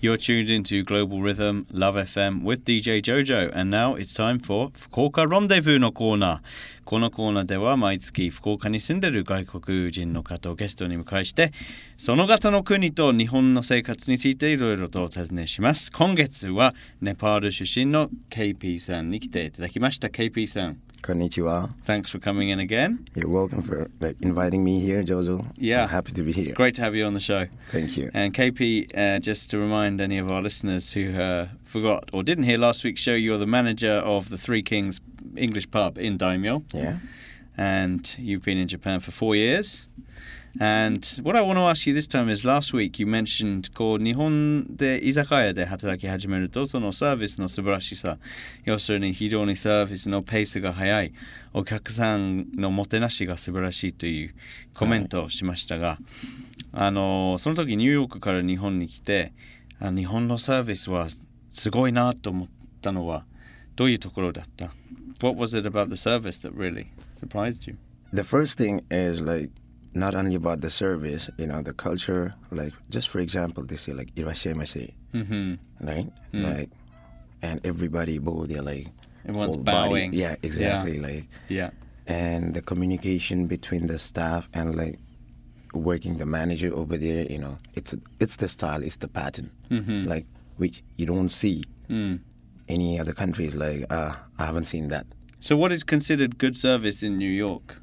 You're tuned into Global Rhythm, Love FM with DJ JoJo, and now it's time for 福岡 Rendezvous のコーナー。このコーナーでは毎月福岡に住んでいる外国人の方をゲストに迎えして、その方の国と日本の生活についていろいろとお尋ねします。今月はネパール出身の KP さんに来ていただきました。KP さん、 Konnichiwa. thanks for coming in again. You're welcome for like inviting me here, Jojo. Yeah. I'm happy to be here. Great to have you on the show. Thank you. And KP, uh, just to remind any of our listeners who uh, forgot or didn't hear last week's show, you're the manager of the Three Kings English pub in Daimyo, Yeah. and you've been in Japan for four years. And what I want to ask you this time is last week you mentioned こう日本で居酒屋で働き始めるとそのサービスの素晴らしさ要するに非常にサービスのペースが速いお客さんのもてなしが素晴らしいというコメントをしましたが、あのその時ニューヨークから日本に来てあ日本のサービスはすごいなと思ったのはどういうところだった What was it about the service that really surprised you? The first thing is like not only about the service, you know, the culture. Like just for example, they say like irashimasi, うん、 right? Mm. Like, and everybody bow their like Everyone's whole body. bowing. Yeah, exactly. Like, Yeah. and the communication between the staff and like working the manager over there, you know, it's it's the style, it's the pattern, Mhm. like which you don't see うん。 any other countries like uh, i haven't seen that So what is considered good service in New York?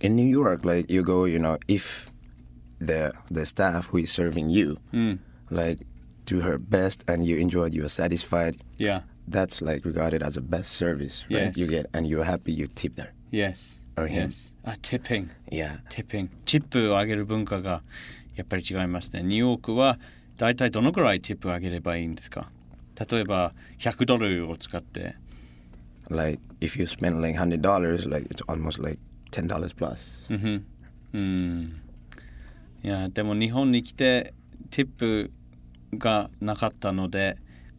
in new york like you go you know if the the staff who is serving you Mm. like do her best and you enjoyed you're satisfied Yeah. that's like regarded as a best service right Yes. you get and you're happy you tip there Yes. Or him. Yes. Ah, tipping. yeah tipping. チップを上げる文化がやっぱり違いますね。ニューヨークはだいたいどのくらいチップを上げればいいんですか例えば100ドルを使って。 like if you spend like hundred dollars like it's almost like ten dollars plus うんうん。うん。いや、でも日本に来てチップがなかったので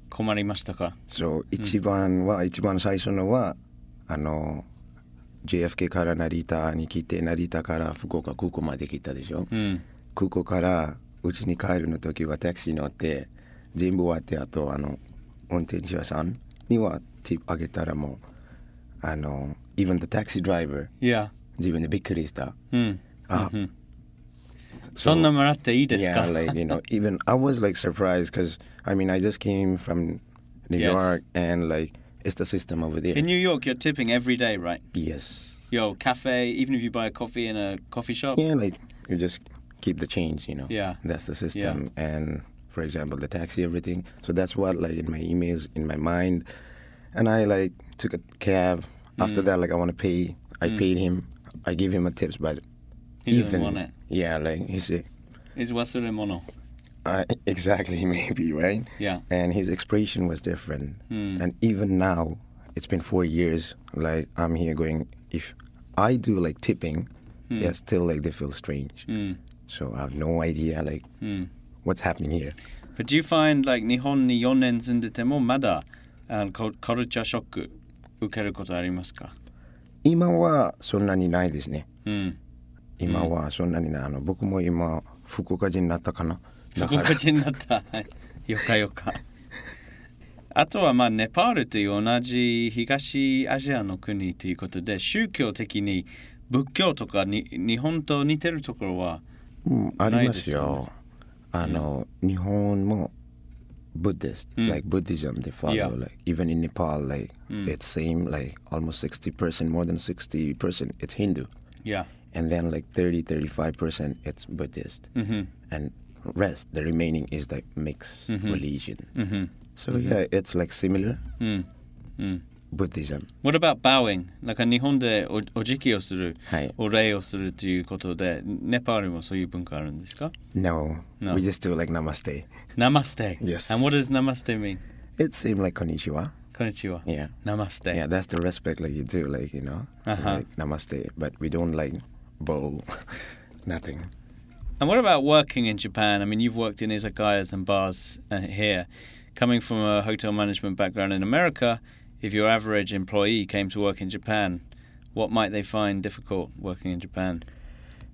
困りましたか so ichiban wa ichiban saisho no wa ano JFK から成田に来て成田から福岡空港まで来たでしょ、うん。空港から家に帰るの時はタクシー乗って全部終わってあとあの運転手さんにはティップあげたらもうあの even the taxi driver いや。自分でびっくりしたうん。あうんそんなもらっていいですか yeah like you know even I was like surprised because I mean I just came from New Yes. York and like it's the system over there In New York, you're tipping every day, right? yes Yo, cafe, even if you buy a coffee in a coffee shop. yeah like you just keep the change you know Yeah. that's the system and for example the taxi everything so that's what like in my emails in my mind and i like took a cab after Mm. that like i want to pay i paid him i gave him a tips but He even doesn't want it. yeah like he said Is wasure mono. I, exactly maybe right Yeah. and his expression was different Mm. and even now it's been four years like i'm here going if i do like tipping yeah still like they feel strange Mm. so i have no idea like Mm. what's happening here But do you find like Nihon ni yonen zundete mo mada and culture shock ukeru koto arimasu ka? 今はそんなにないですね Mm. 今はそんなにないあの僕も今福岡人になったかなだから 福岡人になった。よかよか。あとはまあネパールという同じ東アジアの国ということで宗教的に仏教とかに日本と似てるところはうんありますないよあの、日本も Buddhist、うん like Buddhism they follow Yeah. like even in Nepal like、 Mm. it's same like almost 60% more than 60% it's Hindu Yeah. and then like 30 35% it's Buddhist Mhm. and rest the remaining is like mixed Mhm. religion Mhm. so yeah it's like similar うん。うん。 Buddhism What about bowing? なんか日本でおお辞儀をする、はいお礼をするということで、ネパールもそういう文化あるんですか No, No. we just do like namaste. ?Namaste。 Yes. And what does namaste mean? It seemed like konnichiwa. こんにちは。 Yeah. Namaste. Yeah, that's the respect like you do, like, you know, Uh-huh. like namaste. But we don't like bow, nothing. And what about working in Japan? I mean, you've worked in izakayas and bars uh, here. Coming from a hotel management background in America, if your average employee came to work in Japan, what might they find difficult working in Japan?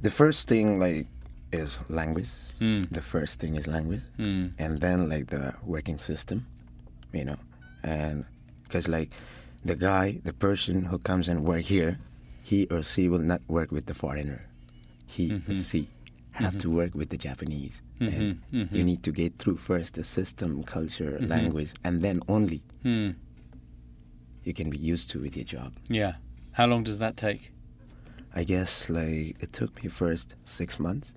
The first thing, like, is language. Mm. The first thing is language, Mm. and then like the working system, you know, and because like the guy, the person who comes and work here, he or she will not work with the foreigner. He or she have to work with the Japanese. And Mhm, mhm. You need to get through first the system, culture, language, and then only Mm. you can be used to with your job. Yeah. How long does that take? I guess like it took me first six months,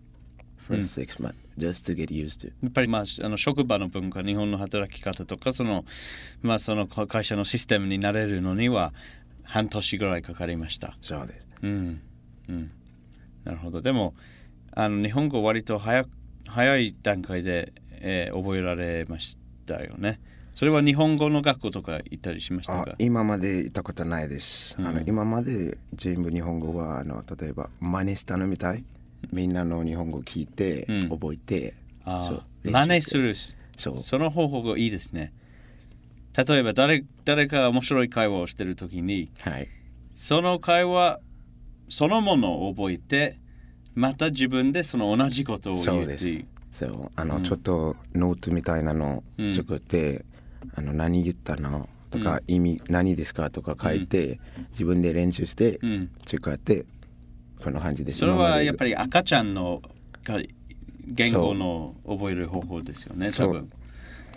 first six months just to get used to. やっぱりまああの職場の文化日本の働き方とかその,、まあ、その会会社のシステムに慣れるのには半年ぐらいかかりました。そうです。うんうん、なるほどでもあの日本語割と早く早い段階で、えー覚えられましたよね。それは日本語の学校とか行ったりしましたあか今まで行ったことないです。あのうん今まで全部日本語はあの例えば真似したのみたい。みんなの日本語聞いて、うん覚えて。あそうー真似す。るしそうその方法がいいですね。例えば誰誰かが面白い会話をしてるときにはい。その会話そのものを覚えてまた自分でその同じことをそ言ううっでていすう。。そうあの、ちょっとノートみたいなのうん作って、あの何言ったのとか、意味何ですかとか書いて、自分で練習して、うん作ってこの感じです。それ今まはでやっぱり赤ちゃんのが言語の覚える方法ですよね、そ多う分。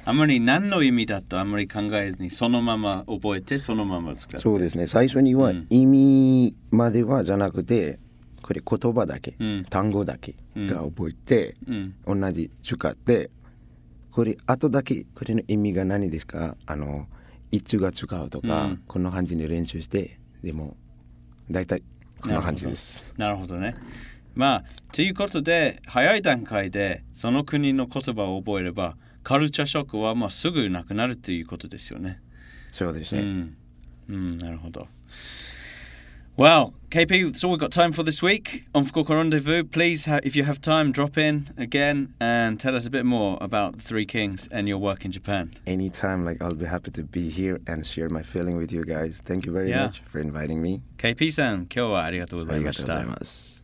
あんまり何の意味だとあんまり考えずにそのまま覚えてそのまま使う。そうですね最初にはうん意味まではじゃなくてこれ言葉だけ、うん単語だけが覚えて、うん同じ使ってこれ後だけこれの意味が何ですかあのいつが使うとか、うんこの感じに練習してでも大体この感じですなるほどね。まあ、ということで、早い段階でその国の言葉を覚えれば、カルチャーショックはまあすぐなくなるということですよね。そうですうね、ん、うん、なるほど。Well, KP, that's all we've got time for this week on Fukuoka Rendezvous. Please, ha- if you have time, drop in again and tell us a bit more about the Three Kings and your work in Japan. anytime like I'll be happy to be here and share my feeling with you guys thank you very Yeah. much for inviting me KP さん、今日はありがとうごあざいりがまとしうございた。ます